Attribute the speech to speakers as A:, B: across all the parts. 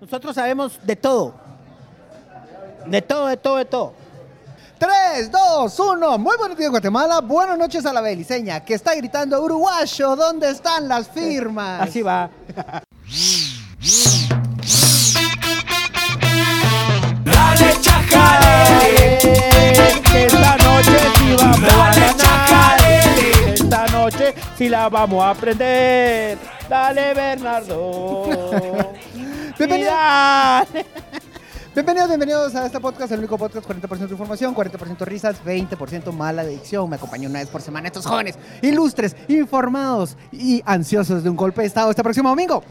A: Nosotros sabemos de todo. De todo, de todo, de todo.
B: 3, 2, 1. Muy buenos días, Guatemala. Buenas noches a la beliceña que está gritando: Uruguayo, ¿dónde están las firmas?
A: Así va.
C: Dale chacaré,
A: Esta noche sí vamos
C: Dale,
A: a ganar.
C: chacaré.
A: Esta noche sí la vamos a aprender. Dale, Bernardo.
B: Bienvenido.
A: Y dale.
B: Bienvenidos, bienvenidos a este podcast, el único podcast 40% información, 40% risas, 20% mala adicción. Me acompañan una vez por semana estos jóvenes ilustres, informados y ansiosos de un golpe de estado este próximo domingo.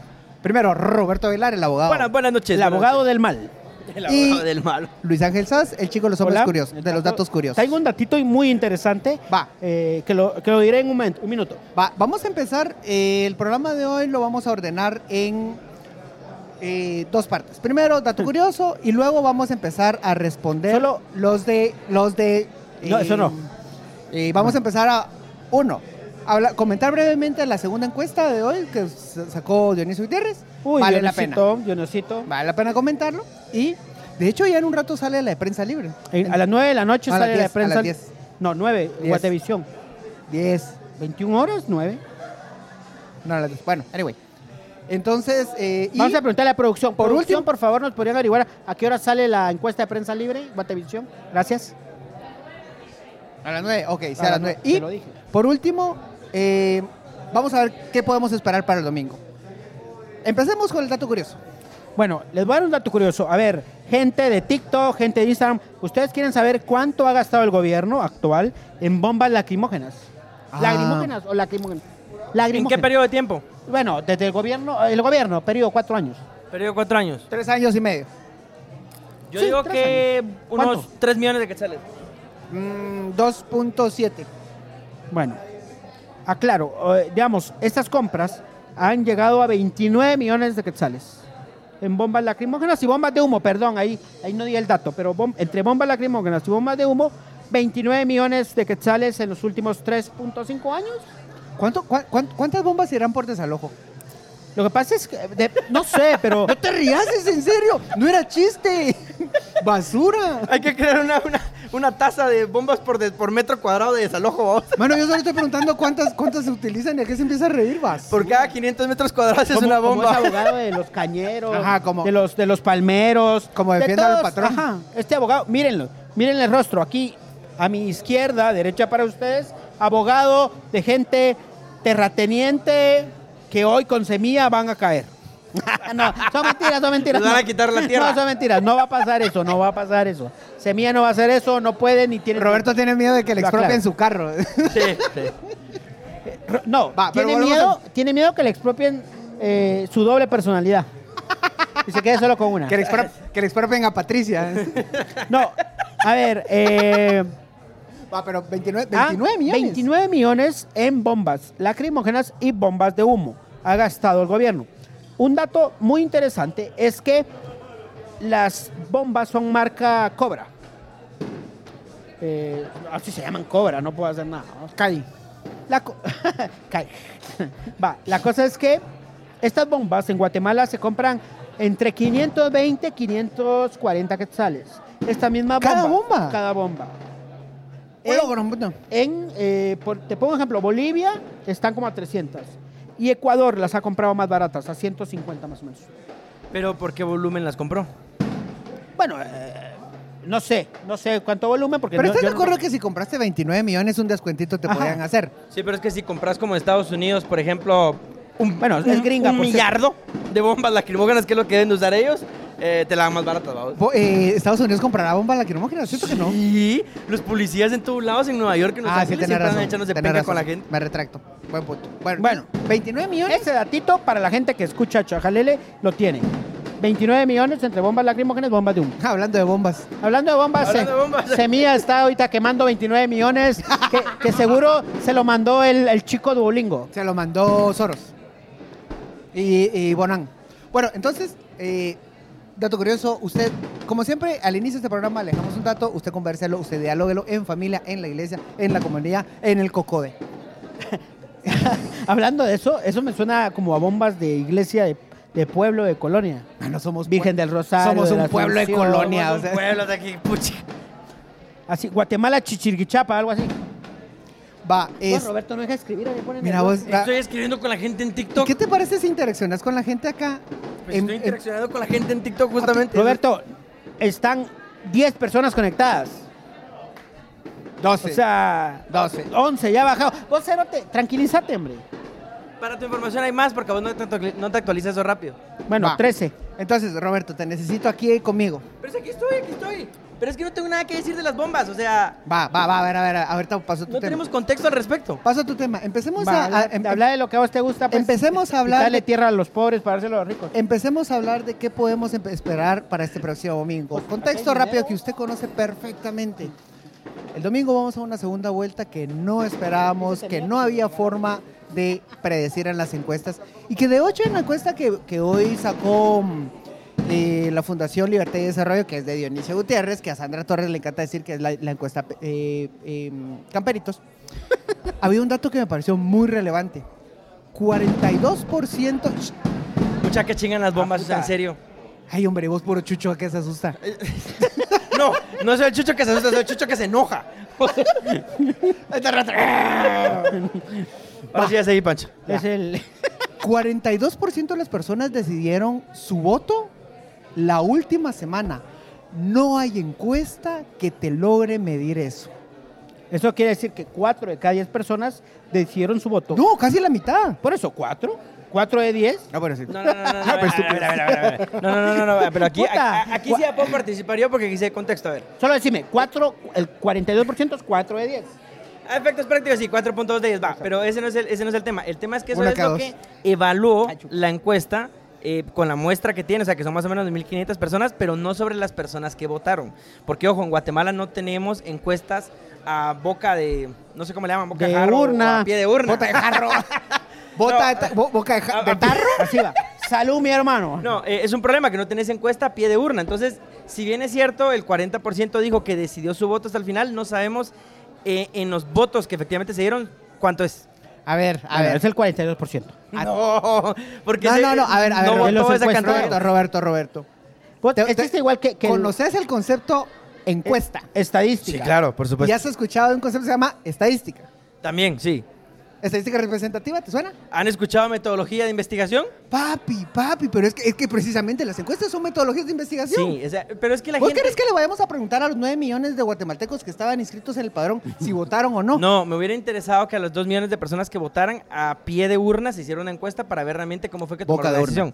B: Primero, Roberto Aguilar, el abogado.
D: Buenas, buenas noches.
A: El
D: buenas
A: abogado del mal.
D: noches. El abogado
B: Y-
D: del malo.
B: Luis Ángel Sass, el chico de los hombres
A: Hola.
B: curiosos, de los datos curiosos.
A: Tengo un datito muy interesante.
B: Va.
A: eh, que, lo, que lo diré en un, momento- un minuto.
B: Va, vamos a empezar. eh, el programa de hoy lo vamos a ordenar en eh, dos partes. Primero, dato curioso, y luego vamos a empezar a responder
A: Solo-
B: los de. Los de
A: No, eso no.
B: eh, vamos a empezar a. Uno, habla- comentar brevemente la segunda encuesta de hoy que s- sacó Dionisio Gutiérrez.
A: Uy,
B: vale la
A: Dionisito, Dionisito.
B: pena. Vale la pena comentarlo. Y, de hecho, ya en un rato sale la de prensa libre.
A: En- Eh, a las 9 de la noche
B: No, a las
A: sale la
B: 10, a
A: prensa.
B: las 10.
A: No, 9,
B: 10.
A: Guatevisión.
B: 10.
A: 21 horas, 9.
B: No, a las 10. Bueno, anyway. Entonces, eh, y-
A: Vamos a preguntarle a la producción.
B: Por
A: Por
B: último-
A: último, por favor, nos podrían averiguar a qué hora sale la encuesta de prensa libre, Guatevisión. Gracias.
B: A las 9, ok, sí, a,
A: A
B: las
A: las
B: 9.
A: nueve,
B: Y
A: Ah, te lo dije.
B: por último, eh, vamos a ver qué podemos esperar para el domingo. Empecemos con el dato curioso.
A: Bueno, les voy a dar un dato curioso. A ver, gente de TikTok, gente de Instagram, ¿ustedes quieren saber cuánto ha gastado el gobierno actual en bombas lacrimógenas?
B: Ah.
A: ¿Lacrimógenas o lacrimógenas?
D: ¿En
A: Lacrimógenas.
D: qué periodo de tiempo?
A: Bueno, desde el gobierno, el gobierno, periodo cuatro años.
D: Periodo de cuatro años.
B: Tres años y medio.
D: Yo
A: Sí,
D: digo
A: tres
D: que unos
A: ¿Cuánto?
D: tres millones de quetzales.
B: Mm, 2.7.
A: Bueno, aclaro, eh, digamos, estas compras han llegado a 29 millones de quetzales en bombas lacrimógenas y bombas de humo, perdón, ahí, ahí no di el dato, pero bom- entre bombas lacrimógenas y bombas de humo, 29 millones de quetzales en los últimos 3.5 años.
B: ¿Cuánto, cua- cuán- ¿Cuántas bombas irán por desalojo?
A: Lo que pasa es que, eh, de- no sé, pero...
B: ¡No te rías, es en serio! ¡No era chiste! ¡Basura!
D: Hay que crear una, una, una tasa de bombas por, de- por metro cuadrado de desalojo, vamos.
B: Mano, yo solo estoy preguntando cuántas, cuántas se utilizan y a qué se empieza a reír, vas.
D: Por cada 500 metros cuadrados es
A: como-
D: una
A: como
D: bomba.
A: es abogado de los cañeros,
B: Ajá, como-
A: de los de los palmeros,
B: Como
A: de
B: defienda al
A: todos,
B: patrón.
A: ajá. este abogado, mírenlo, mírenle el rostro aquí a mi izquierda, derecha para ustedes, abogado de gente terrateniente que hoy con semilla van a caer. no, son mentiras, son mentiras.
D: Les van a
A: no.
D: quitar la tierra.
A: No, son mentiras, no va a pasar eso, no va a pasar eso. Semilla no va a hacer eso, no puede ni tiene
B: Roberto tiene miedo de que le
A: Lo aclaro.
B: expropien su carro.
D: Sí, sí.
A: Ro- No,
B: Va, pero
A: tiene,
B: volvemos
A: miedo, tiene miedo que le expropien eh, su doble personalidad. Y se quede solo con una.
B: que, le expro- que le expropien a Patricia.
A: No, a ver, eh,
B: Va, pero 29,
A: ah,
B: 29 millones.
A: 29 millones en bombas lacrimógenas y bombas de humo ha gastado el gobierno. Un dato muy interesante es que las bombas son marca Cobra. Eh, así se llaman Cobra, no puedo hacer nada. ¿no?
B: Cali.
A: La, co- Cae. Va, la cosa es que estas bombas en Guatemala se compran entre 520 y 540 quetzales. Esta misma bomba.
B: ¿Cada bomba?
A: Cada bomba.
B: Hola,
A: En-
B: bueno, bueno.
A: en, eh, por- te pongo un ejemplo, Bolivia están como a 300. Y Ecuador las ha comprado más baratas, a 150 más o menos.
D: Pero ¿por qué volumen las compró?
A: Bueno, eh, no sé, no sé cuánto volumen, porque
B: Pero
A: no-
B: estás
A: yo
B: de
A: no-
B: acuerdo que si compraste 29 millones, un descuentito te
A: Ajá.
B: podían hacer.
D: Sí, pero es que si compras como Estados Unidos, por ejemplo, un,
A: Bueno, es
D: un-
A: gringa,
D: un
A: por cierto.
D: millardo de bombas lacrimógenas, que es lo que deben de usar ellos, eh, te la dan más barata, vamos.
B: Bo- eh, Estados Unidos comprará bomba lacrimógena, siento que no. Ah,
D: Sí, los policías en todos lados, en Nueva York, en Los
A: Ah,
D: Ángeles,
B: tenés
D: siempre andan
B: razón,
D: echándose
B: tenés
D: penca
B: razón.
D: con la gente.
B: Me retracto. Buen punto. Bueno,
A: Bueno.
B: 29 millones.
A: Ese datito para la gente que escucha Chajalele lo tiene. 29 millones entre bombas lacrimógenas y bombas de humo.
B: Ah, Hablando de bombas.
A: Hablando de bombas,
D: Hablando
A: se-
D: de bombas.
A: Semilla está ahorita quemando 29 millones, que, que seguro se lo mandó el, el chico Duolingo.
B: Se lo mandó Soros. Y, y Bonan. Bueno, entonces, eh, dato curioso, usted, como siempre, al inicio de este programa le dejamos un dato, usted converselo, usted dialóguelo en familia, en la iglesia, en la comunidad, en el cocode.
A: Hablando de eso, eso me suena como a bombas de iglesia de, de pueblo de colonia.
B: Mano, Ah, somos
A: Virgen
B: pue-
A: del Rosario.
B: Somos
A: de
B: un
A: la
B: pueblo de
A: Asunción,
B: colonia.
A: somos
B: o sea.
D: Pueblos de aquí, puchi.
A: Así, Guatemala, Chichirguichapa, algo así.
B: Va,
A: Bueno,
B: es.
A: Roberto no deja de escribir, ahí ponen
B: Mira
A: el- Eh,
B: vos. la-
D: Estoy escribiendo con la gente en TikTok.
B: ¿Qué te parece si interaccionas con la gente acá?
D: Pues
B: En-
D: estoy
B: en-
D: interaccionando con la gente en TikTok justamente.
A: Roberto, están 10 personas conectadas.
B: 12.
A: O sea,
B: 12.
A: 11 ya ha bajado. Vos, cerote, tranquilízate, hombre.
D: Para tu información hay más porque vos no te, actuali- no te actualizas eso rápido.
A: Bueno,
B: Va.
A: 13.
B: Entonces, Roberto, te necesito aquí conmigo.
D: Pero es aquí estoy, aquí estoy. Pero es que no tengo nada que decir de las bombas, o sea,
B: Va, va, va, a ver, a ver, ahorita paso tu
D: no
B: tema.
D: tenemos contexto al respecto.
B: Paso tu tema. Empecemos
A: Va,
B: a,
A: habla-
B: a- em-
A: habla de lo que a vos te gusta. pues.
B: empecemos a hablar
A: Quitarle
B: de-
A: tierra a los pobres para dárselo a los ricos.
B: Empecemos a hablar de qué podemos empe- esperar para este próximo domingo. Contexto rápido que usted conoce perfectamente. El domingo vamos a una segunda vuelta que no esperábamos, que no había forma de predecir en las encuestas. Y que de ocho en la encuesta que, que hoy sacó mm, eh, la Fundación Libertad y Desarrollo, que es de Dionisio Gutiérrez, que a Sandra Torres le encanta decir que es la, la encuesta eh, eh, Camperitos, había un dato que me pareció muy relevante. 42%...
D: Mucha que chingan las bombas,
A: Ah,
D: o sea, en
A: puta.
D: serio.
B: Ay, hombre, vos puro chucho, ¿a qué se asusta?
D: No, no soy el chucho que se asusta, soy el chucho que se enoja. Ahora sí ya seguí, Pancho.
A: Es el.
B: 42% de las personas decidieron su voto la última semana. No hay encuesta que te logre medir eso.
A: Eso quiere decir que 4 de cada 10 personas decidieron su voto.
B: No, casi la mitad.
A: Por eso, 4. 4 de 10.
B: Ah, bueno, sí.
D: No, no, no, no, no, a ver, a ver, a ver, a ver, a ver. no, no, no, no, no, pero aquí,
A: pues Puta.
D: a- aquí sí ya puedo participar yo porque aquí sí hay contexto, a ver.
A: Solo decime, 4, el 42% es 4 de 10.
D: A efectos prácticos, sí, 4.2 de 10, va. Pero ese no, es el, ese no es el tema. El tema es que eso
B: Una
D: es
B: cada
D: lo
B: dos.
D: que evaluó
A: Ay, chup.
D: la encuesta eh, con la muestra que tiene, o sea, que son más o menos 2.500 personas, pero no sobre las personas que votaron. Porque, ojo, en Guatemala no tenemos encuestas a boca de, no sé cómo le llaman, boca
A: De
D: jarro, o
A: urna.
D: a pie de urna.
B: Bota de jarro. Bota
D: No,
B: de ta- bo- boca de, ja-
D: a-
B: de
D: a-
B: tarro.
A: Así va. Salud, mi hermano.
D: No, eh, es un problema que no tenés encuesta a pie de urna. Entonces, si bien es cierto, el 40% dijo que decidió su voto hasta el final, no sabemos eh, en los votos que efectivamente se dieron cuánto es.
B: A ver, a
A: Bueno,
B: ver.
A: Es el 42%.
D: No, Ah, porque
B: No,
D: ese-
B: no, no, a ver, a ver.
D: no
A: Roberto,
D: votó esa
A: encuesta.
D: cantidad.
B: Roberto, Roberto, Roberto.
A: Vos,
B: Te-
A: este
B: te-
A: está igual que. que el- eh,
B: ¿Conoces ah, el Eh, concepto encuesta?
A: Estadística.
D: por
B: ¿Y has escuchado de un concepto que se llama estadística?
D: También, sí.
B: ¿Estadística representativa? ¿Te suena?
D: ¿Han escuchado metodología de investigación?
B: Papi, papi, pero es que, es que precisamente las encuestas son metodologías de investigación.
D: Sí, o sea, pero es que la
B: ¿Vos
D: gente...
B: crees que le vayamos a preguntar a los 9 millones de guatemaltecos que estaban inscritos en el padrón si votaron o no?
D: No, me hubiera interesado que a los dos millones de personas que votaran a pie de urna se hiciera una encuesta para ver realmente cómo fue que
B: Boca
D: tomaron la
B: de urna.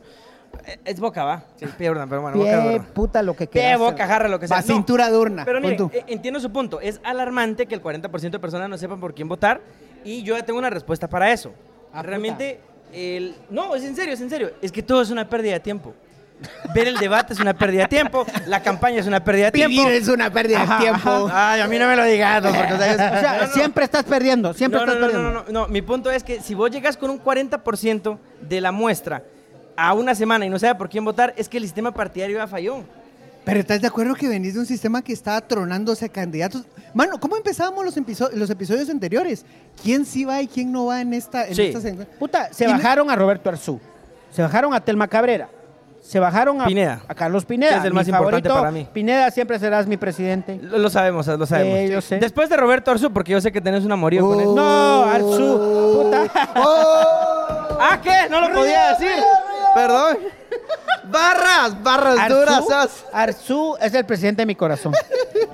D: decisión. Eh, Es boca, va. Sí, pie de urna, pero bueno, boca de
A: Pie,
D: urna.
A: puta, lo que
D: Pie,
A: quieras.
D: boca, jarra, lo que sea.
B: Va,
D: No.
B: cintura de urna.
D: Pero
B: pon
D: miren,
B: tú.
D: eh, entiendo su punto. Es alarmante que el 40% de personas no sepan por quién votar y yo ya tengo una respuesta para eso.
A: Ah,
D: Realmente, el... no, es en serio, es en serio. Es que todo es una pérdida de tiempo. Ver el debate es una pérdida de tiempo, la campaña es una pérdida de
B: Vivir
D: tiempo.
B: es una pérdida
A: Ajá,
B: de tiempo.
D: Ay, a mí no me lo digas, don, porque, o sea,
A: O
D: es-
A: sea,
D: No, no,
A: siempre estás perdiendo, siempre
D: no, no,
A: estás
D: no,
A: perdiendo.
D: no, no, no. mi punto es que si vos llegas con un 40% de la muestra a una semana y no sabes por quién votar, es que el sistema partidario ya falló.
B: Pero ¿estás de acuerdo que venís de un sistema que estaba tronándose a candidatos? Mano, ¿cómo empezábamos los, episo- los episodios anteriores? ¿Quién sí va y quién no va en esta en
D: Sí.
B: estas encuestas?
A: Puta, se
B: Y no-
A: bajaron a Roberto Arzú, se bajaron a Telma Cabrera, se bajaron a,
D: Pineda.
A: a Carlos Pineda.
D: Que es el
A: mi
D: más importante
A: favorito.
D: para mí.
A: Pineda, siempre serás mi presidente.
D: Lo, lo sabemos, lo sabemos.
A: yo sé. Uh.
D: Después de Roberto Orsu, porque yo sé que tenés un amorío con él.
B: Oh.
A: No, Arzú, puta.
D: ¿Ah, qué? No lo podía decir. Perdón. Barras, barras
A: Arzú, Arzú es el presidente de mi corazón.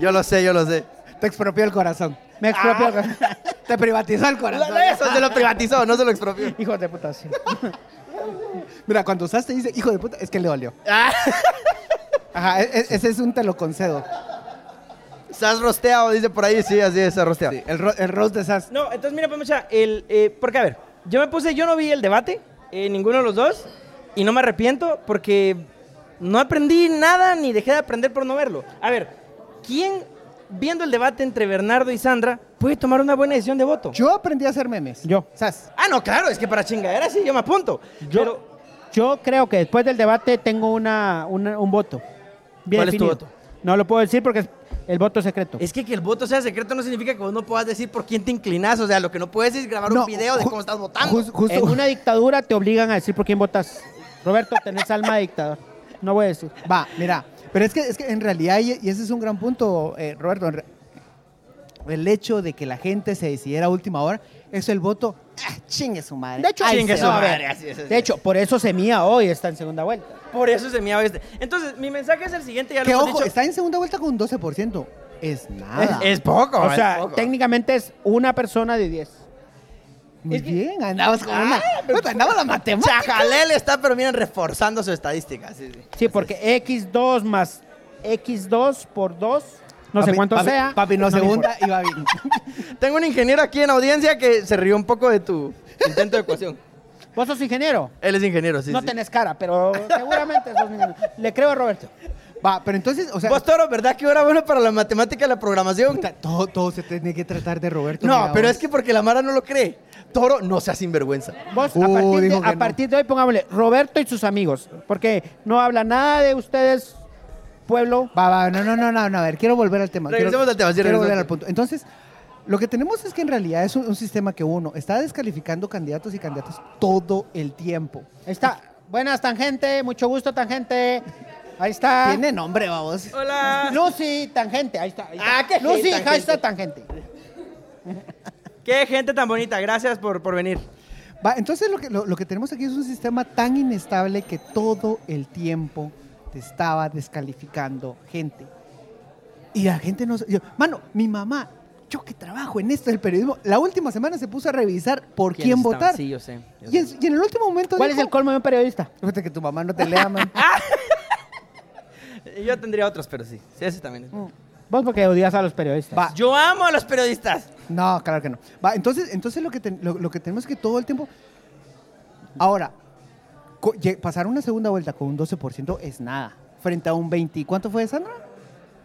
D: Yo lo sé, yo lo sé.
B: Te expropió el corazón.
A: Me expropió
D: Ah.
A: el corazón.
B: Te privatizó el corazón.
D: Eso se lo privatizó, no se lo expropió.
A: Hijo de puta, sí.
B: Mira, cuando usaste dice, hijo de puta, es que le dolió.
D: Ah.
B: Ajá, e- e- ese es un te lo concedo.
D: Estás rosteado, dice por ahí. Sí, así es, estás rosteado.
B: Sí, el, ro- el roast de esas.
D: No, entonces mira, pues, mucha, el, eh, porque a ver, yo me puse, yo no vi el debate, eh, ninguno de los dos, y no me arrepiento porque no aprendí nada ni dejé de aprender por no verlo. A ver, ¿quién viendo el debate entre Bernardo y Sandra puede tomar una buena decisión de voto?
B: Yo aprendí a hacer memes.
A: Yo.
B: Sas.
D: Ah, no, claro, es que para chingadera sí, yo me apunto.
A: Yo,
D: Pero,
A: yo creo que después del debate tengo una, una- un voto. Bien
D: ¿Cuál es tu
A: definido.
D: voto?
A: No lo puedo decir porque es el voto secreto.
D: es que que el voto sea secreto no significa que vos no puedas decir por quién te inclinas, o sea, lo que no puedes es grabar
B: No,
D: un video de
B: ju-
D: cómo estás votando. Eh,
B: Jus- justo,
A: En una dictadura te obligan a decir por quién votas. Roberto, tenés alma de dictador. No voy a decir.
B: Va, mira. Pero es que, es que en realidad, y y ese es un gran punto, eh, Roberto, en re- el hecho de que la gente se decidiera a última hora, eso el voto, ah, chingue su madre.
A: De hecho,
B: Ahí
D: chingue
B: se
D: su
B: va.
D: madre, así es, así
A: de hecho, por eso Semía hoy está en segunda vuelta.
D: Por eso se me ha este. Entonces, mi mensaje es el siguiente, ya
B: Que
D: lo hemos
B: ojo,
D: dicho.
B: está en segunda vuelta con un 12%. Es nada.
D: Ah. Es poco.
A: O
D: es
A: sea,
D: poco.
A: técnicamente es una persona de 10.
B: Muy
D: es que-
B: bien, andabas con una. Puta, andaba la matemática.
E: Chajalel está, pero miren, reforzando su estadística. Sí, sí.
A: Sí, porque X2 más X2 por 2, no sé
B: Papi,
A: cuánto
B: papi,
A: sea.
B: Papi, no,
A: me
B: segunda iba bien.
D: Tengo un ingeniero aquí en audiencia que se rió un poco de tu intento de ecuación.
A: importa. Vos sos ingeniero.
E: Él es ingeniero, sí.
A: no
E: sí.
A: tenés cara, pero seguramente sos ingeniero. Le creo a Roberto.
B: Va, pero entonces, o sea,
D: Vos, Toro, ¿verdad que ahora bueno para la matemática y la programación? Ah,
B: puta, todo, todo se tiene que tratar de Roberto.
E: No,
B: mira
E: pero
B: vos.
E: es que porque la Mara no lo cree. Toro, no sea sinvergüenza.
A: Vos, a,
B: Uh,
A: partir de,
B: dijo que
A: a
B: no.
A: partir de hoy, pongámosle Roberto y sus amigos. Porque no habla nada de ustedes, pueblo.
B: Va, va, no, no, no, no, no, a ver, quiero volver al tema.
E: Regresemos
B: quiero-
E: al tema, sí,
B: Quiero
E: regresemos
B: volver
E: al
B: al punto. Entonces, lo que tenemos es que en realidad es un, un sistema que uno está descalificando candidatos y candidatas todo el tiempo.
A: Ahí está. Buenas, tangente. Mucho gusto, tangente. Ahí está.
B: Tiene nombre, vamos.
D: Hola.
A: Lucy, tangente. Ahí está. ahí está.
D: Ah, qué
A: Lucy,
D: tangente.
A: hashtag tangente.
D: Qué gente tan bonita. Gracias por, por venir.
B: Va, entonces lo que, lo, lo que tenemos aquí es un sistema tan inestable que todo el tiempo te estaba descalificando gente. Y la gente no... se- Yo, mano, mi mamá, yo que trabajo en esto del periodismo, la última semana se puso a revisar por quién,
D: está?
B: votar.
D: Sí, yo sé. yo
B: y,
D: sé.
B: en, y en el último momento
A: ¿Cuál es
B: dijo,
A: el colmo de un periodista?
B: Fíjate que tu mamá no te lea, man.
D: Yo tendría otros, pero sí. Sí, ese también es.
B: Ah.
A: Vos porque odias a los periodistas.
B: Va.
D: Yo amo a los periodistas.
B: No, claro que no. Va, entonces, entonces lo, que ten- lo, lo que tenemos es que todo el tiempo. Ahora, co- lle- pasar una segunda vuelta con un 12% es nada. Frente a un 20. ¿Cuánto fue, Sandra?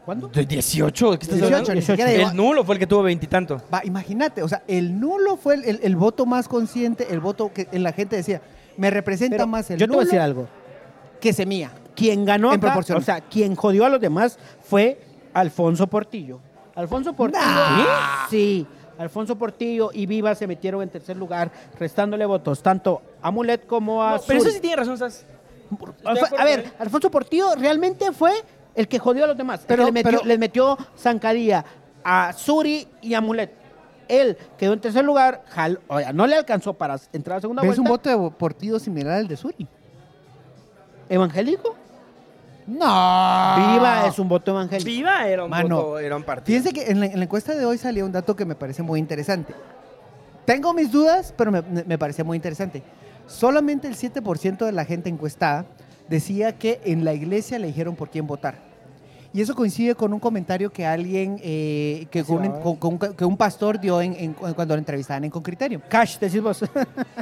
B: ¿Cuánto?
D: ¿De 18? ¿Qué
B: 18, ni siquiera llegó.
D: El nulo fue el que tuvo veintitanto.
B: Va, imagínate, o sea, el nulo fue el, el- el voto más consciente, el voto que la gente decía, me representa
A: Pero
B: más el
A: yo te
B: nulo
A: voy a decir algo.
B: que semilla.
A: Quien ganó
B: En
A: acá,
B: proporción.
A: o sea, quien jodió a los demás fue Alfonso Portillo. Alfonso Portillo. Sí. Alfonso Portillo y Viva se metieron en tercer lugar, restándole votos tanto a Mulet como a.
B: Ah,
D: No, pero eso
A: Zuri.
D: sí tiene razón, ¿sabes?
A: Alfa- a ver, Alfonso Portillo realmente fue el que jodió a los demás.
B: Pero-
A: Pero, les, metió,
B: pero-
A: les metió zancadilla a Suri y a Mulet. Él quedó en tercer lugar, jal- o sea, no le alcanzó para entrar a segunda
B: ¿Ves
A: vuelta.
B: un voto de vo- partido similar al de Suri?
A: evangélico?
B: No.
A: Viva es un voto evangélico.
D: Viva era un,
B: Mano,
D: voto, era un partido.
B: Fíjense que en la, en la encuesta de hoy salía un dato que me parece muy interesante. Tengo mis dudas, pero me, me- me parecía muy interesante. Solamente el 7% de la gente encuestada decía que en la iglesia le dijeron por quién votar. Y eso coincide con un comentario que alguien, eh, que, un, con- con- que un pastor dio en- en- cuando lo entrevistaban en Concriterio.
A: Cash, decís vos.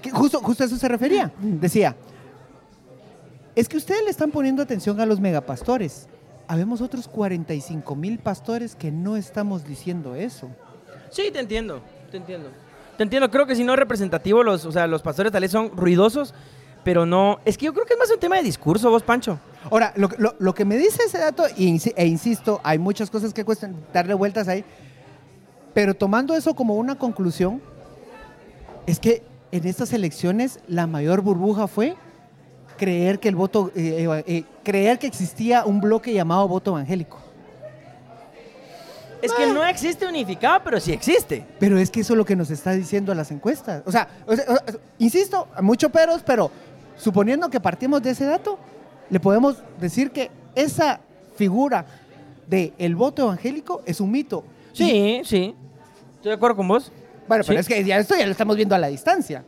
B: Que justo, justo a eso se refería. Decía, es que ustedes le están poniendo atención a los megapastores. Habemos otros 45 mil pastores que no estamos diciendo eso.
D: Sí, te entiendo, te entiendo. Te entiendo, creo que si no representativo, los, o sea, los pastores tal vez son ruidosos, pero no... Es que yo creo que es más un tema de discurso, vos, Pancho.
B: Ahora, lo, lo- lo que me dice ese dato, e insi- e insisto, hay muchas cosas que cuestan darle vueltas ahí, pero tomando eso como una conclusión, es que en estas elecciones la mayor burbuja fue creer que el voto, eh, eva- eh, creer que existía un bloque llamado voto evangélico.
D: Es que no existe unificado, pero sí existe.
B: Pero es que eso es lo que nos está diciendo las encuestas. O sea, o sea, o sea, insisto, mucho peros, pero suponiendo que partimos de ese dato, le podemos decir que esa figura de el voto evangélico es un mito.
D: Sí, sí. Estoy de acuerdo con vos.
B: Bueno, pero es
D: Sí.
B: que ya esto ya lo estamos viendo a la distancia.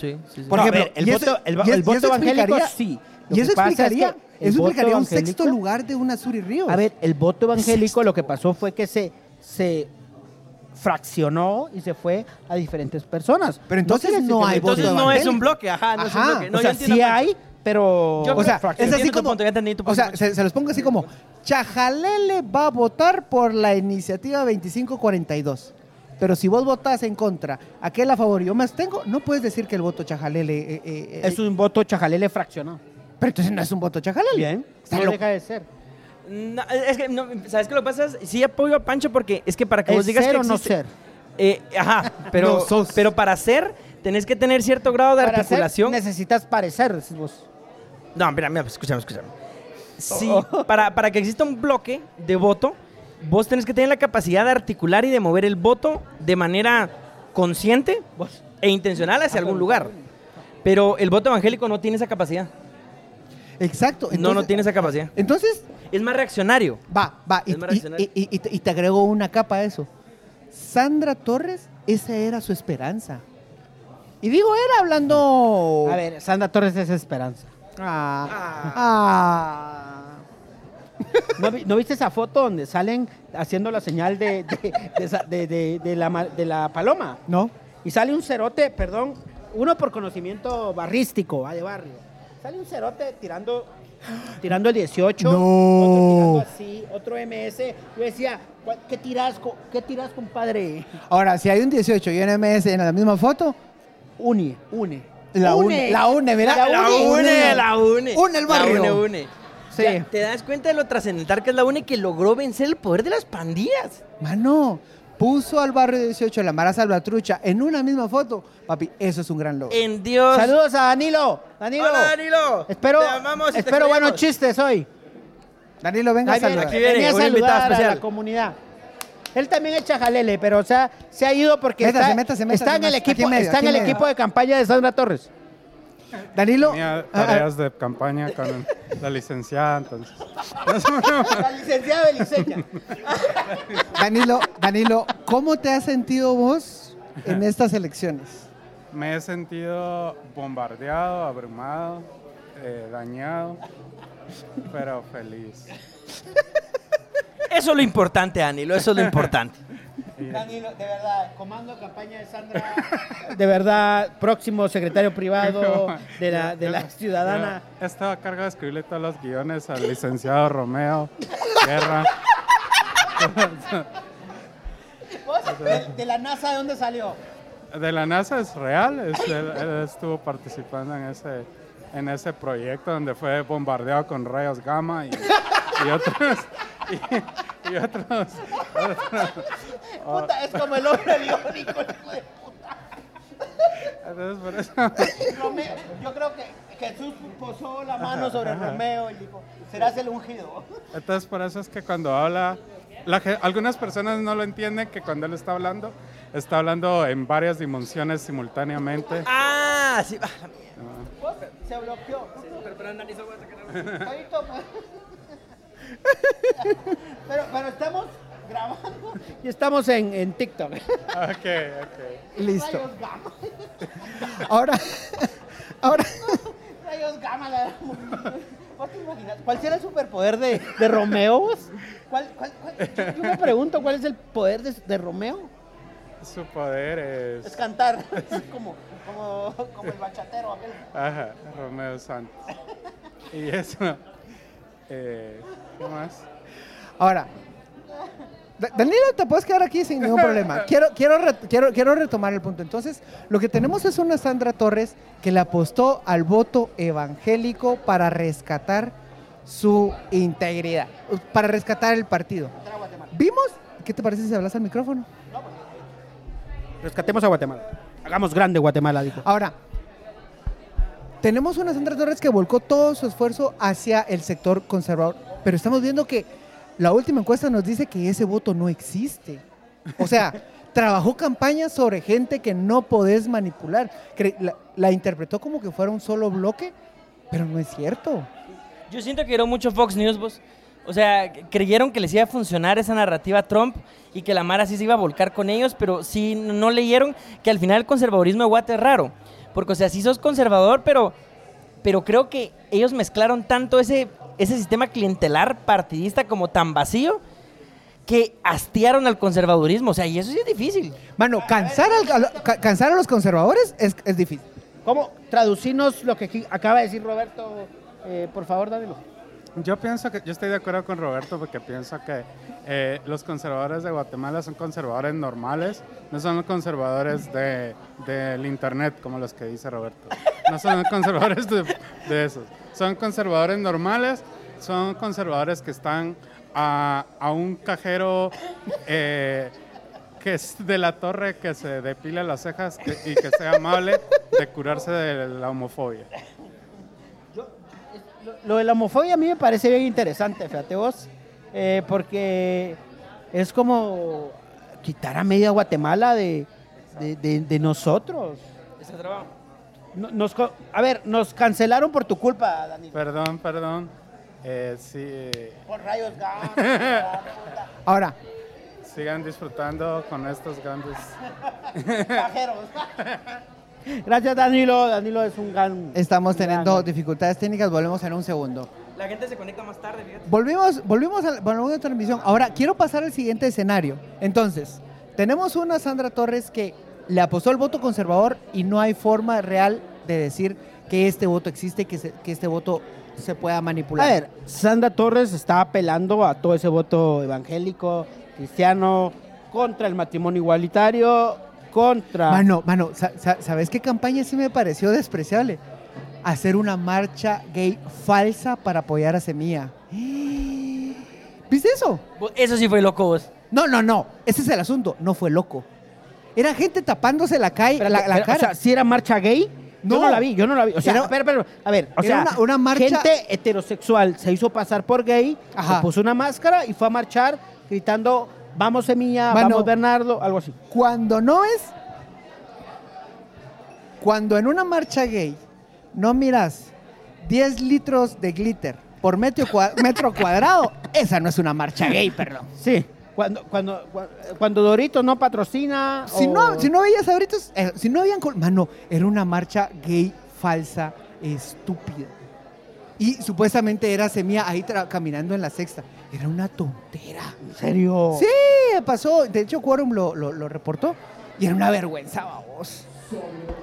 D: Sí, sí, sí.
B: Por
A: No, a
B: ejemplo,
A: ver, el
B: y
A: voto- el va-
B: y
A: el voto
B: eso
A: evangélico,
B: explicaría-
A: sí. Lo
B: Y eso
A: que pasa es que
B: explicaría,
A: el
B: eso
A: voto
B: explicaría un
A: evangélico-
B: sexto lugar de una Suri Ríos.
A: A ver, el voto evangélico lo que pasó fue que se, se fraccionó y se fue a diferentes personas.
B: Pero entonces
A: quiere decir
B: no
A: que
B: hay voto
D: Entonces no es
B: evangélico.
D: un bloque, ajá, no es un
B: Ajá,
D: bloque. No,
A: o sea,
D: yo entiendo,
A: sí
D: Pancho.
A: hay, pero...
D: Yo
B: O sea,
D: Fracción.
B: es así
D: Entiendo tu
B: como,
D: punto, ya entendí tu
B: o sea,
D: punto.
B: se, se los pongo así como, Chajalele va a votar por la iniciativa 2542. Pero si vos votás en contra, aquel a favor y yo me abstengo, no puedes decir que el voto Chajalele... eh, eh, eh,
A: Es un voto chajalele fraccionado.
B: Pero entonces no es un voto Chajalele.
A: Bien.
B: Está
A: No
B: loco.
A: deja de ser.
D: No, es que, no, ¿sabes qué lo que pasa? es- Sí apoyo a Pancho porque es que para que vos
A: ¿Es
D: digas
A: ser
D: que
A: o no
D: existe-
A: ser?
D: Eh, ajá, pero,
B: No sos.
D: pero para ser tenés que tener cierto grado de
A: Para ser
D: articulación.
A: necesitas parecer, decís vos.
D: No, mira, mira, escúchame, escúchame. Sí, para, para que exista un bloque de voto, vos tenés que tener la capacidad de articular y de mover el voto de manera consciente e intencional hacia algún lugar. Pero el voto evangélico no tiene esa capacidad.
B: Exacto.
D: no, no
B: entonces-
D: tiene esa capacidad.
B: Entonces,
D: Es más reaccionario.
B: va, va. Y,
D: Es más
B: y-
D: racional.
B: y- y- y te- y te agregó una capa a eso. Sandra Torres, esa era su esperanza. Y digo, era hablando.
D: Oh.
A: A ver, Sandra Torres es esperanza.
B: Ah. ah.
A: ¿No, vi- no viste esa foto donde salen haciendo la señal de, de- de esa- de- de- de la, ma- de la paloma?
B: No.
A: Y sale un cerote, perdón, uno por conocimiento barrístico, va de barrio. Sale un cerote tirando, tirando el 18,
B: No.
A: otro tirando así, otro MS. Yo decía, "¿Cuál- ¿qué tiras, co- qué tiras, compadre?
B: Ahora, si hay un 18 y un MS en la misma foto,
A: Une, une.
B: la une. La une, mira.
A: La une,
D: la une.
B: Une el barrio.
D: La une, une.
A: Sí.
D: Ya, ¿Te das cuenta de lo trascendental que es la une que logró vencer el poder de las pandillas?
B: Mano, puso al barrio 18 la Mara Salvatrucha en una misma foto. Papi, eso es un gran logro.
D: En Dios.
A: Saludos a Danilo. Danilo.
D: Hola, Danilo.
A: Espero,
D: Te amamos y te
A: espero buenos
D: queremos.
A: chistes hoy.
B: Danilo, venga,
A: Ahí viene,
B: saluda.
D: aquí viene,
A: venía a
D: un invitado
A: saludar a
D: especial.
A: la comunidad. Él también echa jalele, pero o sea, se ha ido porque
B: Métase,
A: está,
B: métase, métase,
A: está en el
B: métase. Aquí
A: equipo,
B: en medio,
A: está en
B: aquí
A: el
B: en medio.
A: equipo de campaña de Sandra Torres.
B: Danilo.
F: Tenía
B: ah,
F: tareas de campaña con la licenciada, entonces.
A: La licenciada Beliceña.
B: ah, Danilo, Danilo, ¿cómo te has sentido vos en estas elecciones?
F: Me he sentido bombardeado, abrumado, eh, dañado, pero feliz.
D: Eso es lo importante, Danilo. Eso es lo importante.
A: Danilo, de verdad, comando de campaña de Sandra. De verdad, próximo secretario privado de la, de la ciudadana.
F: Yo Estaba a cargo de escribirle todos los guiones al licenciado Romeo Guerra.
A: De, de la NASA, ¿de dónde salió?
F: De la NASA es real, es- él, él estuvo participando en ese, en ese proyecto donde fue bombardeado con rayos gamma y, y otros. Y, y otros.
A: Puta, es como el hombre biónico.
F: Entonces, por eso.
A: Romeo, yo creo que Jesús posó la mano sobre Romeo y dijo, serás el ungido.
F: Entonces, por eso es que cuando habla, la ge- algunas personas no lo entienden que cuando él está hablando, está hablando en varias dimensiones simultáneamente.
D: ah, sí.
A: Se bloqueó. Ahorita, pues. pero, pero estamos grabando y estamos en, en TikTok.
F: Ok, ok.
B: Listo.
A: Rayos gamma.
B: Ahora, ahora,
A: Rayos gamma. La... ¿Vos te imaginas? ¿Cuál será el superpoder de, de Romeo? vos? ¿Cuál, cuál, cuál? Yo, yo me pregunto cuál es el poder de, de Romeo.
F: Su poder
A: Es
F: es.
A: cantar. Es como, como, como el bachatero aquel.
F: Ajá, Romeo Santos. Y eso. eh, ¿Qué más?
B: ahora. Da- Danilo, te puedes quedar aquí sin ningún problema. Quiero, quiero, re- quiero, quiero retomar el punto. Entonces, lo que tenemos es una Sandra Torres que le apostó al voto evangélico para rescatar su integridad, para rescatar el partido. ¿Vimos? ¿Qué te parece si hablas al micrófono?
A: Rescatemos a Guatemala. Hagamos grande Guatemala, dijo.
B: Ahora, tenemos una Sandra Torres que volcó todo su esfuerzo hacia el sector conservador, pero estamos viendo que la última encuesta nos dice que ese voto no existe. O sea, trabajó campañas sobre gente que no podés manipular. Cre- La, la interpretó como que fuera un solo bloque, pero no es cierto.
D: Yo siento que era mucho Fox News, vos. O sea, creyeron que les iba a funcionar esa narrativa a Trump y que la Mara sí se iba a volcar con ellos, pero sí no no leyeron que al final el conservadurismo de Guate es raro. Porque, o sea, sí sos conservador, pero, pero creo que ellos mezclaron tanto ese, ese sistema clientelar partidista como tan vacío que hastiaron al conservadurismo. O sea, y eso sí es difícil.
B: Mano, cansar, al- a lo- ca- cansar a los conservadores es, es difícil.
A: ¿Cómo? Traducinos lo que aquí acaba de decir Roberto, eh, por favor, Danilo.
F: Yo pienso que yo estoy de acuerdo con Roberto porque pienso que eh, los conservadores de Guatemala son conservadores normales, no son los conservadores de, del internet como los que dice Roberto. No son los conservadores de, de esos. Son conservadores normales, son conservadores que están a, a un cajero eh, que es de la torre que se depila las cejas que- y que sea amable de curarse de la homofobia.
A: Yo, es- lo, lo de la homofobia a mí me parece bien interesante, fíjate vos, eh, porque es como quitar a media Guatemala de, de- de- de nosotros.
D: Está trabajo.
A: No- nos co- a ver, nos cancelaron por tu culpa, Dani.
F: Perdón, perdón. Eh, sí,
A: Por rayos, gama,
B: Ahora,
F: sigan disfrutando con estos grandes.
A: pajeros. Gracias, Danilo. Danilo es un gran.
B: estamos
A: un gran-
B: teniendo dificultades técnicas, volvemos en un segundo.
D: La gente se conecta más tarde, fíjate.
B: Volvimos, volvimos a, la- volvemos a la transmisión. Ahora, quiero pasar al siguiente escenario. Entonces, tenemos una Sandra Torres que le apostó el voto conservador y no hay forma real de decir que este voto existe, que, se- que este voto se pueda manipular.
A: A ver, Sandra Torres está apelando a todo ese voto evangélico, cristiano, contra el matrimonio igualitario, contra.
B: Mano, mano, sa- sa- ¿sabes qué campaña sí me pareció despreciable? Hacer una marcha gay falsa para apoyar a Semilla. ¿Viste eso?
D: Vos- Eso sí fue loco, vos.
B: No, no, no. Ese es el asunto. No fue loco. Era gente tapándose la, calle,
A: Espérate,
B: la, la
A: pero,
B: cara.
A: O sea, si era marcha gay. Yo
B: No.
A: no la vi, yo no la vi. O sea,
B: Era-
A: espera, espera, a ver, o
B: era
A: sea,
B: una- una marcha-
A: gente heterosexual se hizo pasar por gay,
B: Ajá.
A: se puso una máscara y fue a marchar gritando, vamos Semilla,
B: Mano.
A: vamos Bernardo, algo así.
B: Cuando no es. Cuando en una marcha gay no miras 10 litros de glitter por metro, cua- metro cuadrado, esa no es una marcha gay, perdón.
A: Sí, cuando, cuando, cua- cuando Dorito no patrocina...
B: Si,
A: o-
B: no, si no veías ahorita, eh, si no habían. col- Mano, era una marcha gay falsa, estúpida. Y supuestamente era Semilla ahí tra- caminando en la sexta. Era una tontera.
A: ¿En serio?
B: Sí, pasó. De hecho, Quorum lo, lo- lo reportó. Y era una vergüenza, babos.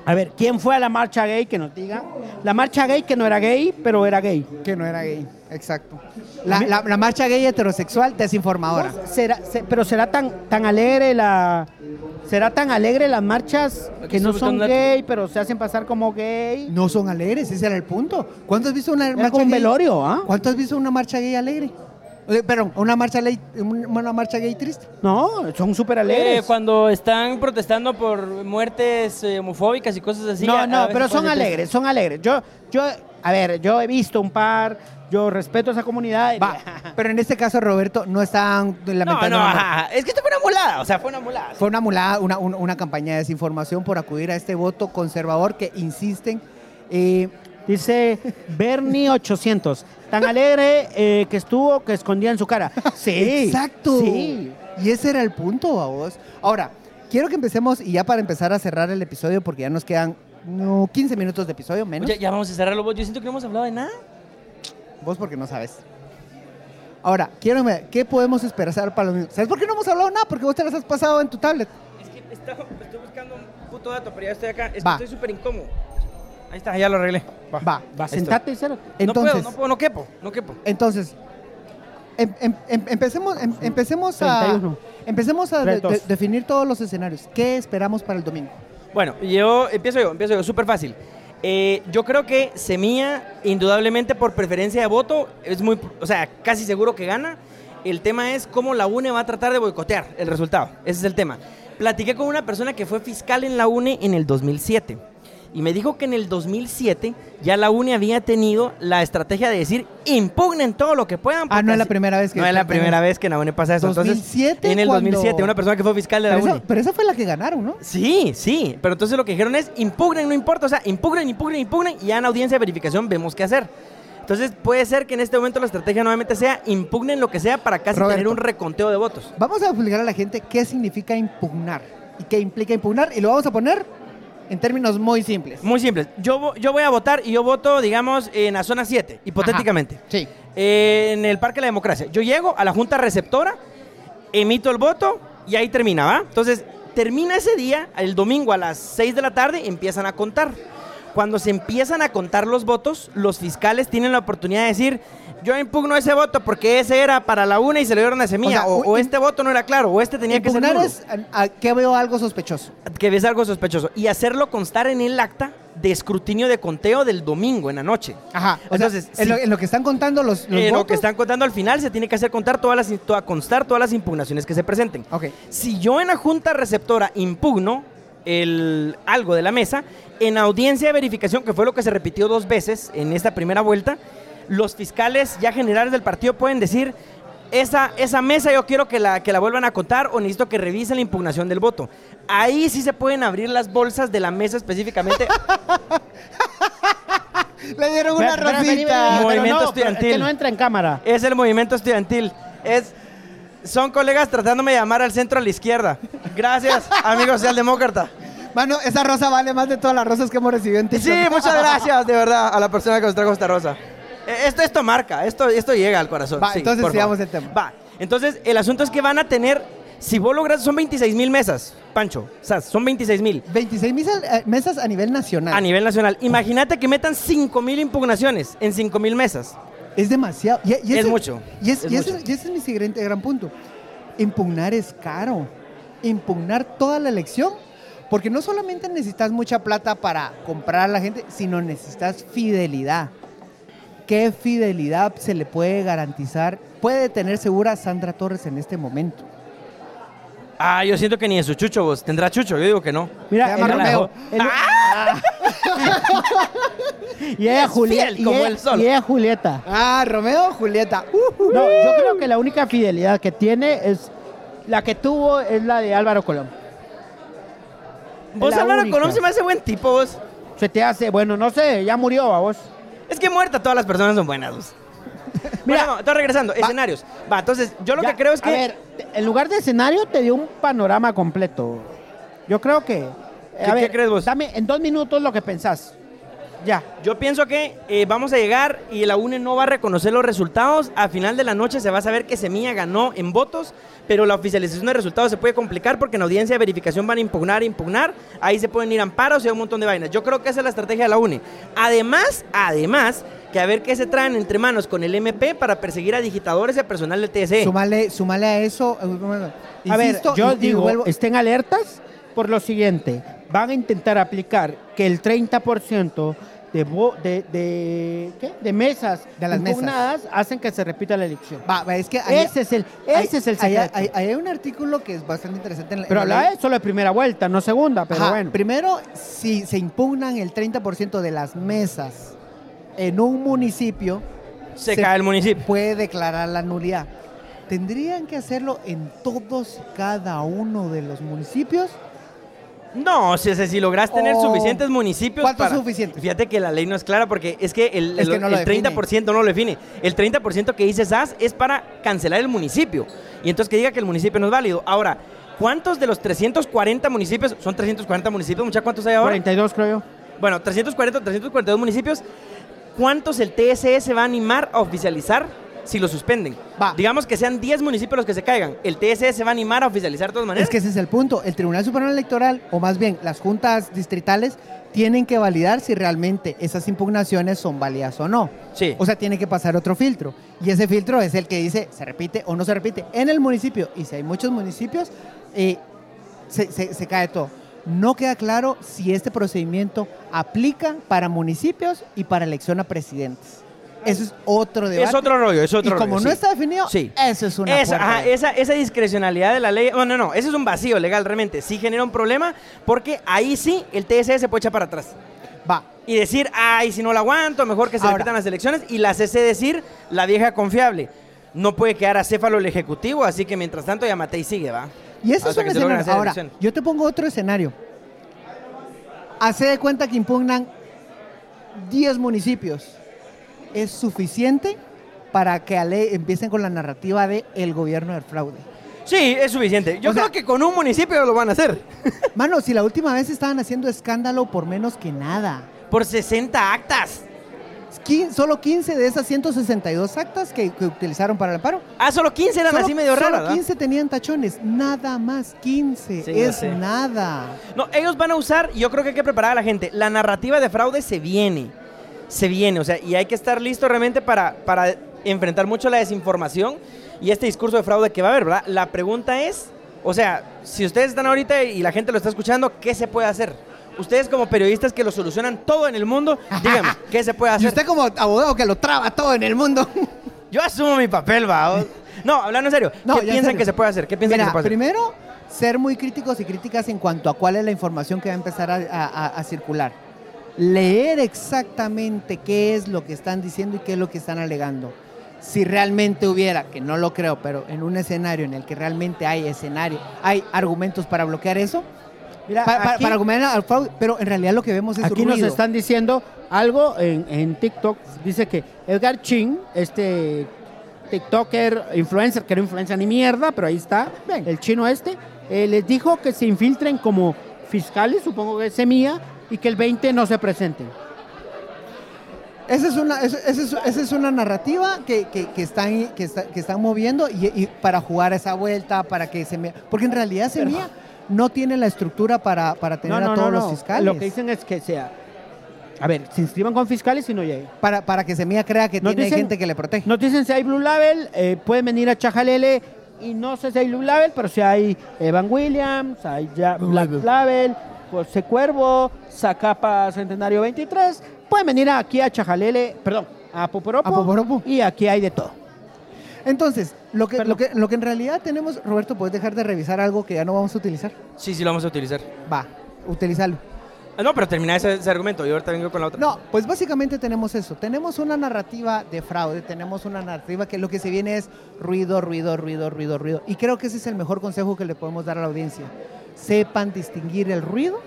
A: A ver, ¿quién fue a la marcha gay que nos diga? La marcha gay que no era gay, pero era gay.
B: Que no era gay. Exacto. La, la- la marcha gay heterosexual desinformadora.
A: ¿Será, se- pero será tan, tan alegre la... ¿Será tan alegre las marchas
D: Aquí
A: que no
D: estoy
A: son
D: buscando la-
A: gay, pero se hacen pasar como gay?
B: No son alegres, ese era el punto. ¿Cuánto has visto una
A: Era
B: marcha
A: como un
B: gay?
A: velorio, ¿ah?
B: ¿Cuánto has visto una marcha gay alegre? Eh, Perdón, una marcha, ley- una marcha gay triste.
A: No, son súper alegres.
D: Eh, cuando están protestando por muertes eh, homofóbicas y cosas así. a-
A: no,
D: a
A: no,
D: veces
A: pero
D: puede
A: son
D: ser triste.
A: alegres, son alegres. Yo, yo, a ver, yo he visto un par, yo respeto a esa comunidad.
B: Va, pero en este caso Roberto no están
D: No,
B: lamentando.
D: no,
B: la muerte.
D: ajá. es que esto fue una mulada, o sea, fue una mulada.
B: Fue una mulada, una, un- una campaña de desinformación por acudir a este voto conservador que insisten. eh,
A: Dice Bernie 800. Tan alegre eh, que estuvo que escondía en su cara. Sí.
B: Exacto.
A: Sí.
B: Y ese era el punto, a vos. Ahora, quiero que empecemos y ya para empezar a cerrar el episodio porque ya nos quedan no, 15 minutos de episodio menos.
D: Oye, ya vamos a cerrarlo, vos. Yo siento que no hemos hablado de nada.
B: Vos porque no sabes. Ahora, quiero ver, ¿qué podemos esperar para los niños? ¿Sabes por qué no hemos hablado nada? Porque vos te las has pasado en tu tablet.
D: Es que estoy buscando un puto dato, pero ya estoy acá. Es
B: Va.
D: que estoy súper incómodo. Ahí está, ya lo arreglé.
B: Va.
A: Va, sentate y cero.
B: Entonces,
D: no puedo, no puedo, no quepo, no quepo.
B: Entonces, em- em- em- empecemos, em- empecemos a,
A: 31.
B: empecemos a de-
A: 32.
B: de- definir todos los escenarios. ¿Qué esperamos para el domingo?
D: Bueno, yo empiezo yo, empiezo yo, súper fácil. Eh, yo creo que Semilla, indudablemente por preferencia de voto, es muy, o sea, casi seguro que gana. El tema es cómo la UNE va a tratar de boicotear el resultado. Ese es el tema. Platiqué con una persona que fue fiscal en la UNE en el 2007 y me dijo que en el 2007 ya la UNE había tenido la estrategia de decir impugnen todo lo que puedan.
B: Ah, no
D: porque
B: es la
D: así-
B: primera vez que...
D: No es la primera vez que en la UNE pasa eso. Entonces,
B: 2007
D: en el
B: cuando-
D: 2007, una persona que fue fiscal de la
B: Pero
D: UNE.
B: esa, pero esa fue la que ganaron, ¿no?
D: Sí, sí, pero entonces lo que dijeron es impugnen, no importa, o sea, impugnen, impugnen, impugnen y ya en audiencia de verificación vemos qué hacer. Entonces puede ser que en este momento la estrategia nuevamente sea impugnen lo que sea para casi
B: Roberto.
D: tener un reconteo de votos.
B: Vamos a explicar a la gente qué significa impugnar y qué implica impugnar y lo vamos a poner en términos muy simples.
D: Muy simple, yo, vo- yo voy a votar y yo voto, digamos, en la zona 7, hipotéticamente.
B: Sí.
D: Eh, en el Parque de la Democracia. Yo llego a la Junta Receptora, emito el voto y ahí termina, ¿va? Entonces, termina ese día, el domingo a las 6 de la tarde, empiezan a contar. Cuando se empiezan a contar los votos, los fiscales tienen la oportunidad de decir, yo impugno ese voto porque ese era para la una y se lo dieron a Semilla,
B: O
D: o,
B: sea,
D: o
B: im-
D: este voto no era claro, o este tenía que ser
B: impugnar
D: nulo".
B: es eh, a- a- que veo algo sospechoso.
D: que ves algo sospechoso, y hacerlo constar en el acta de escrutinio de conteo del domingo en la noche.
B: Ajá. Entonces,
D: Entonces,
B: en,
D: sí.
B: lo, en lo que están contando los, los
D: Eh, lo
B: votos-
D: que están contando al final se tiene que hacer contar todas las, toda- constar todas las impugnaciones que se presenten.
B: Ok.
D: Si yo en la junta receptora impugno el, algo de la mesa, en audiencia de verificación, que fue lo que se repitió dos veces en esta primera vuelta, los fiscales ya generales del partido pueden decir, esa, esa mesa yo quiero que la, que la vuelvan a contar o necesito que revisen la impugnación del voto. Ahí sí se pueden abrir las bolsas de la mesa específicamente.
B: Le dieron una
A: Espera, espera, vení,
B: rosita.
A: vení,
D: Movimiento
A: pero no,
D: estudiantil.
A: pero es que no entra en cámara.
D: es el movimiento estudiantil. Es, son colegas tratándome de llamar al centro a la izquierda. Gracias, amigo socialdemócrata.
B: Mano, esa rosa vale más de todas las rosas que hemos recibido en
D: Sí,
B: TikTok.
D: muchas gracias, de verdad, a la persona que nos trajo esta rosa. Eh, Esto, esto marca, esto, esto llega al corazón.
B: Va,
D: sí,
B: entonces
D: por
B: sigamos
D: favor.
B: el tema.
D: Va, entonces el asunto es que van a tener, si vos logras, son 26 mil mesas, Pancho, o sea, son 26 mil
B: 26 mesas, eh, mesas a nivel nacional.
D: a nivel nacional. Imagínate que metan 5 mil impugnaciones en 5 mil mesas.
B: Es demasiado. Y, y
D: Es
B: ese-
D: mucho,
B: Y, es-
D: es
B: y ese,
D: mucho.
B: y ese es mi siguiente gran punto. Impugnar es caro. Impugnar toda la elección. Porque no solamente necesitas mucha plata para comprar a la gente, sino necesitas fidelidad. ¿Qué fidelidad se le puede garantizar? Puede tener segura Sandra Torres en este momento.
D: Ah, yo siento que ni en su chucho vos, tendrá chucho, yo digo que no.
A: Mira,
B: Se llama
A: el-
B: Romeo.
A: el-
D: Ah,
A: y ella,
D: Es
A: Julieta-
D: fiel
A: y
D: como
A: ella-
D: el sol.
A: y ella Julieta.
B: Ah, Romeo, Julieta.
A: No, yo creo que la única fidelidad que tiene es la que tuvo es la de Álvaro Colón.
D: Vos,
A: La
D: Álvaro
A: única.
D: Colón, se me hace buen tipo, vos.
A: Se te hace, bueno, no sé, ya murió a vos.
D: Es que muerta todas las personas son buenas, vos. Mira,
A: Mira,
D: está regresando, escenarios. Va, entonces, yo lo
A: Ya,
D: que creo es que...
A: A ver, te- en lugar de escenario te dio un panorama completo. Yo creo que. eh,
D: ¿Qué- qué crees vos?
A: Dame en dos minutos lo que pensás. Ya.
D: Yo pienso que eh, vamos a llegar y la UNE no va a reconocer los resultados. A final de la noche se va a saber que Semilla ganó en votos, pero la oficialización de resultados se puede complicar porque en audiencia de verificación van a impugnar, impugnar. Ahí se pueden ir amparos y hay un montón de vainas. Yo creo que esa es la estrategia de la UNE. Además, además, que a ver qué se traen entre manos con el MP para perseguir a digitadores y a personal del TSE.
B: Súmale, súmale a eso.
A: A ver,
B: insisto,
A: yo
B: y- y
A: digo,
B: vuelvo-
A: estén alertas por lo siguiente. Van a intentar aplicar que el 30% de, vo- de, de, ¿qué? de mesas
B: De las mesas.
A: impugnadas hacen que se repita la elección.
B: Va, va, es que ahí-
A: ese es el, ese
B: ahí-
A: es el
B: ahí-
A: secreto.
B: ahí- ahí hay un artículo que es bastante interesante. En la-
A: pero
B: en la
A: habla
B: ley.
A: de solo de primera vuelta, no segunda, pero
B: Ajá,
A: bueno.
B: Primero, si se impugnan el 30% de las mesas en un municipio,
D: se,
B: se-
D: cae el municipio.
B: puede declarar la nulidad. ¿Tendrían que hacerlo en todos y cada uno de los municipios?
D: No, si, si logras tener
B: Oh.
D: suficientes municipios.
B: ¿Cuántos
D: para-
B: suficientes?
D: Fíjate que la ley no es clara porque es que el,
B: Es que
D: el-
B: no lo
D: el 30% no lo define. El 30% que dice SAS es para cancelar el municipio. Y entonces que diga que el municipio no es válido. Ahora, ¿cuántos de los 340 municipios? Son 340 municipios, mucha ¿cuántos hay ahora?
A: 42 creo yo.
D: Bueno, 340, 342 municipios. ¿Cuántos el TSE se va a animar a oficializar si lo suspenden?
B: Va.
D: Digamos que sean 10 municipios los que se caigan. ¿El TSE se va a animar a oficializar de todas maneras?
B: Es que ese es el punto. El Tribunal Supremo Electoral, o más bien las juntas distritales, tienen que validar si realmente esas impugnaciones son válidas o no.
D: Sí.
B: O sea, tiene que pasar otro filtro. Y ese filtro es el que dice se repite o no se repite en el municipio. Y si hay muchos municipios, eh, se, se- se cae todo. No queda claro si este procedimiento aplica para municipios y para elección a presidentes. Eso es otro debate.
D: es otro rollo, es otro
B: y como
D: rollo,
B: no
D: sí.
B: está definido,
D: Sí.
B: eso es una
D: Esa, ajá,
B: porquería.
D: esa, esa discrecionalidad de la ley, no, no, no, ese es un vacío legal realmente, sí genera un problema porque ahí sí el TSE se puede echar para atrás
B: Va,
D: y decir, ay, si no la aguanto, mejor que se
B: Ahora.
D: repitan las elecciones y la CC decir, la vieja confiable, no puede quedar acéfalo el Ejecutivo, así que mientras tanto ya maté y sigue, va.
B: Y ese
D: Hasta
B: es
D: que
B: un
D: se logren
B: escenario.
D: hacer
B: Ahora,
D: elecciones.
B: yo te pongo otro escenario. Hace de cuenta que impugnan 10 municipios. Es suficiente para que ale- empiecen con la narrativa de el gobierno del fraude.
D: Sí, es suficiente. Yo
B: O
D: creo
B: sea-
D: que con un municipio lo van a hacer.
B: Mano, si la última vez estaban haciendo escándalo por menos que nada.
D: Por 60 actas.
B: Quin- solo 15 de esas 162 actas que, que utilizaron para el amparo.
D: Ah, solo 15 eran
B: solo-
D: así medio
B: solo
D: raras. ¿va?
B: 15 tenían tachones, nada más 15,
D: Sí, ya
B: es
D: sé.
B: nada.
D: No, ellos van a usar, yo creo que hay que preparar a la gente. La narrativa de fraude se viene. Se viene, o sea, y hay que estar listo realmente para, para enfrentar mucho la desinformación y este discurso de fraude que va a haber, ¿verdad? La pregunta es, o sea, si ustedes están ahorita y la gente lo está escuchando, ¿qué se puede hacer? Ustedes como periodistas que lo solucionan todo en el mundo, díganme, ¿qué se puede hacer?
B: Y usted como abogado que lo traba todo en el mundo.
D: Yo asumo mi papel, va. No, hablando en serio,
B: No, ya
D: ¿qué
B: en
D: piensan
B: serio.
D: que se puede hacer? ¿Qué piensan
B: Mira,
D: que se puede hacer?
B: primero, ser muy críticos y críticas en cuanto a cuál es la información que va a empezar a, a- a- a circular. leer exactamente qué es lo que están diciendo y qué es lo que están alegando. Si realmente hubiera, que no lo creo, pero en un escenario en el que realmente hay escenario, hay argumentos para bloquear eso,
A: Mira,
B: pa- pa-
A: aquí-
B: para argumentar al fraude, pero en realidad lo que vemos es
A: Aquí nos
B: ruido.
A: están diciendo algo en, en TikTok. Dice que Edgar Chin, este TikToker, influencer, que no influencia ni mierda, pero ahí está, el chino este, eh, les dijo que se infiltren como fiscales, supongo que es semilla, y que el 20 no se presenten.
B: Esa es una, esa, esa es, esa es una narrativa que, que- que están, que, está- que están moviendo y, y para jugar esa vuelta, para que se Porque en realidad Semilla no tiene la estructura para, para tener a todos los fiscales.
A: Lo que dicen es que sea. A ver, se inscriban con fiscales y no lleguen.
B: para, para que Semilla crea que
A: Nos
B: tiene
A: dicen-
B: gente que le protege.
A: Nos dicen si hay Blue Label, eh, pueden venir a Chajalele y no sé si hay Blue Label, pero si hay Evan Williams, hay ya Black Label, José Cuervo, Zacapa Centenario 23, pueden venir aquí a Chajalele, perdón, a Poporopo,
B: A Poporopo.
A: y aquí hay de todo.
B: Entonces, lo que,
A: Perdón.
B: lo, que, lo que en realidad tenemos, Roberto, puedes dejar de revisar algo que ya no vamos a utilizar.
D: Sí, sí, lo vamos a utilizar.
B: Va, utilízalo.
D: Ah, No, pero termina ese, ese argumento. Yo ahorita vengo con la otra.
B: No, pues básicamente tenemos eso. Tenemos una narrativa de fraude, tenemos una narrativa que lo que se viene es ruido, ruido, ruido, ruido, ruido. Y creo que ese es el mejor consejo que le podemos dar a la audiencia. Sepan distinguir el ruido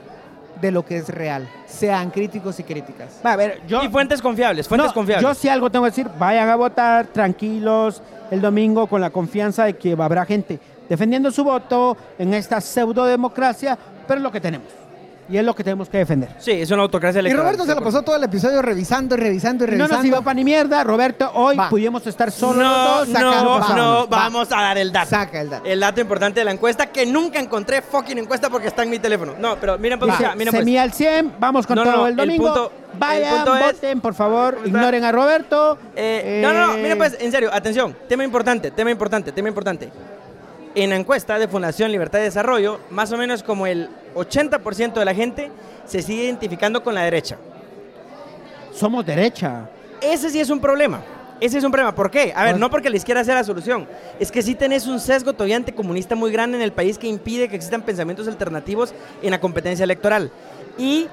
B: de lo que es real. Sean críticos y críticas.
A: Va, a ver, yo,
D: y fuentes confiables, fuentes
A: no,
D: confiables.
A: yo sí algo tengo que decir, vayan a votar tranquilos el domingo con la confianza de que habrá gente defendiendo su voto en esta pseudodemocracia, pero es lo que tenemos y es lo que tenemos que defender.
D: Sí, es una
B: Y
D: autocracia electoral.
B: Roberto se
D: estoy
B: la
D: de acuerdo.
B: pasó todo el episodio revisando y revisando y
A: Y No
B: revisando.
A: nos iba para ni mierda, Roberto. Hoy
B: Va.
A: pudimos estar solo
D: No,
A: los dos.
B: saca,
D: no,
B: vamos.
D: no,
B: Va.
D: vamos a dar el dato.
B: Saca el dato.
D: El dato importante de la encuesta que nunca encontré fucking encuesta porque está en mi teléfono. No, pero miren pues,
A: Dice,
D: acá, miren pues.
A: semilla al 100, vamos con
D: No, no,
A: todo
D: no,
A: el
D: el
A: domingo.
D: punto-
A: Vayan,
D: el punto es-
A: voten, por favor,
D: ¿Cómo está?
A: ignoren a Roberto.
D: Eh, No, no, no,
A: Eh,
D: miren pues, en serio, atención, tema importante, tema importante, tema importante. En la encuesta de Fundación Libertad y Desarrollo, más o menos como el 80% de la gente se sigue identificando con la derecha.
A: Somos derecha.
D: Ese sí es un problema. Ese es un problema. ¿Por qué? A ver, no porque la izquierda sea la solución. Es que sí tenés un sesgo todavía anticomunista muy grande en el país que impide que existan pensamientos alternativos en la competencia electoral. Y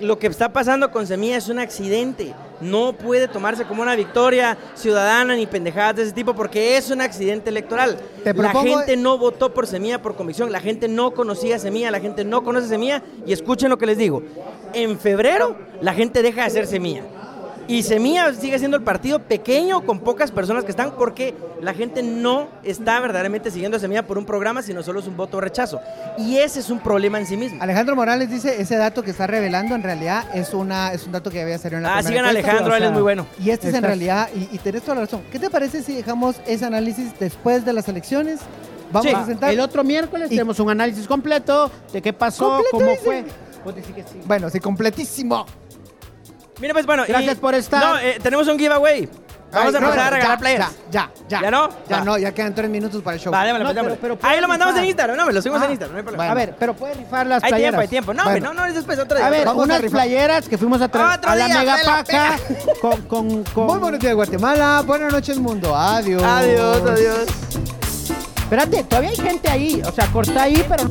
D: lo que está pasando con Semilla es un accidente. No puede tomarse como una victoria ciudadana ni pendejadas de ese tipo porque es un accidente electoral.
B: Te
D: la
B: propongo-
D: gente no votó por Semilla por convicción. La gente no conocía Semilla, la gente no conoce Semilla. Y escuchen lo que les digo. En febrero la gente deja de ser Semilla. Y Semilla sigue siendo el partido pequeño con pocas personas que están porque la gente no está verdaderamente siguiendo a Semilla por un programa, sino solo es un voto de rechazo. Y ese es un problema en sí mismo.
B: Alejandro Morales dice, ese dato que está revelando en realidad es, una, es un dato que había salido en la
D: Ah,
B: primera
D: sigan a
B: encuesta.
D: Alejandro, él es muy bueno.
B: Y este es en
A: Estás-
B: realidad, y, y tenés toda la razón. ¿Qué te parece si dejamos ese análisis después de las elecciones? Vamos
D: Sí.
B: a sentar.
A: El otro miércoles
B: Y-
A: tenemos un análisis completo de qué pasó,
B: ¿Completo,
A: cómo
B: dice?
A: fue. Vos decís que sí.
B: Bueno, sí, completísimo.
D: Mira, pues bueno. y-
A: Gracias por estar.
D: No, eh, tenemos un giveaway. Vamos a
B: Ay,
D: empezar
B: Robert,
D: a regalar
B: ya,
D: players.
B: Ya, ya, ya.
D: ¿Ya no?
B: Ya
D: Va.
B: no, ya quedan tres minutos para el show.
D: Va, démosle,
A: No,
D: pues, démosle.
A: pero- pero puedes
D: Ahí lo mandamos
A: rifar.
D: en Instagram, no, me lo subimos
B: Ah,
D: en Instagram, no hay problema.
B: bueno.
A: A ver, pero puede rifar las
D: hay
A: playeras.
D: tiempo, hay tiempo. No,
B: Bueno.
D: hombre, no, no, es después, otro día.
A: A ver,
B: Vamos a
A: unas
B: rifar.
A: playeras que fuimos a, tra-
D: Otro
A: a la
D: día,
A: mega
D: vale la
A: paca con, con, con-
B: Muy buenos días, Guatemala. Buenas noches, mundo. Adiós.
D: Adiós, adiós.
A: Espérate, todavía hay gente ahí. O sea, corta ahí, pero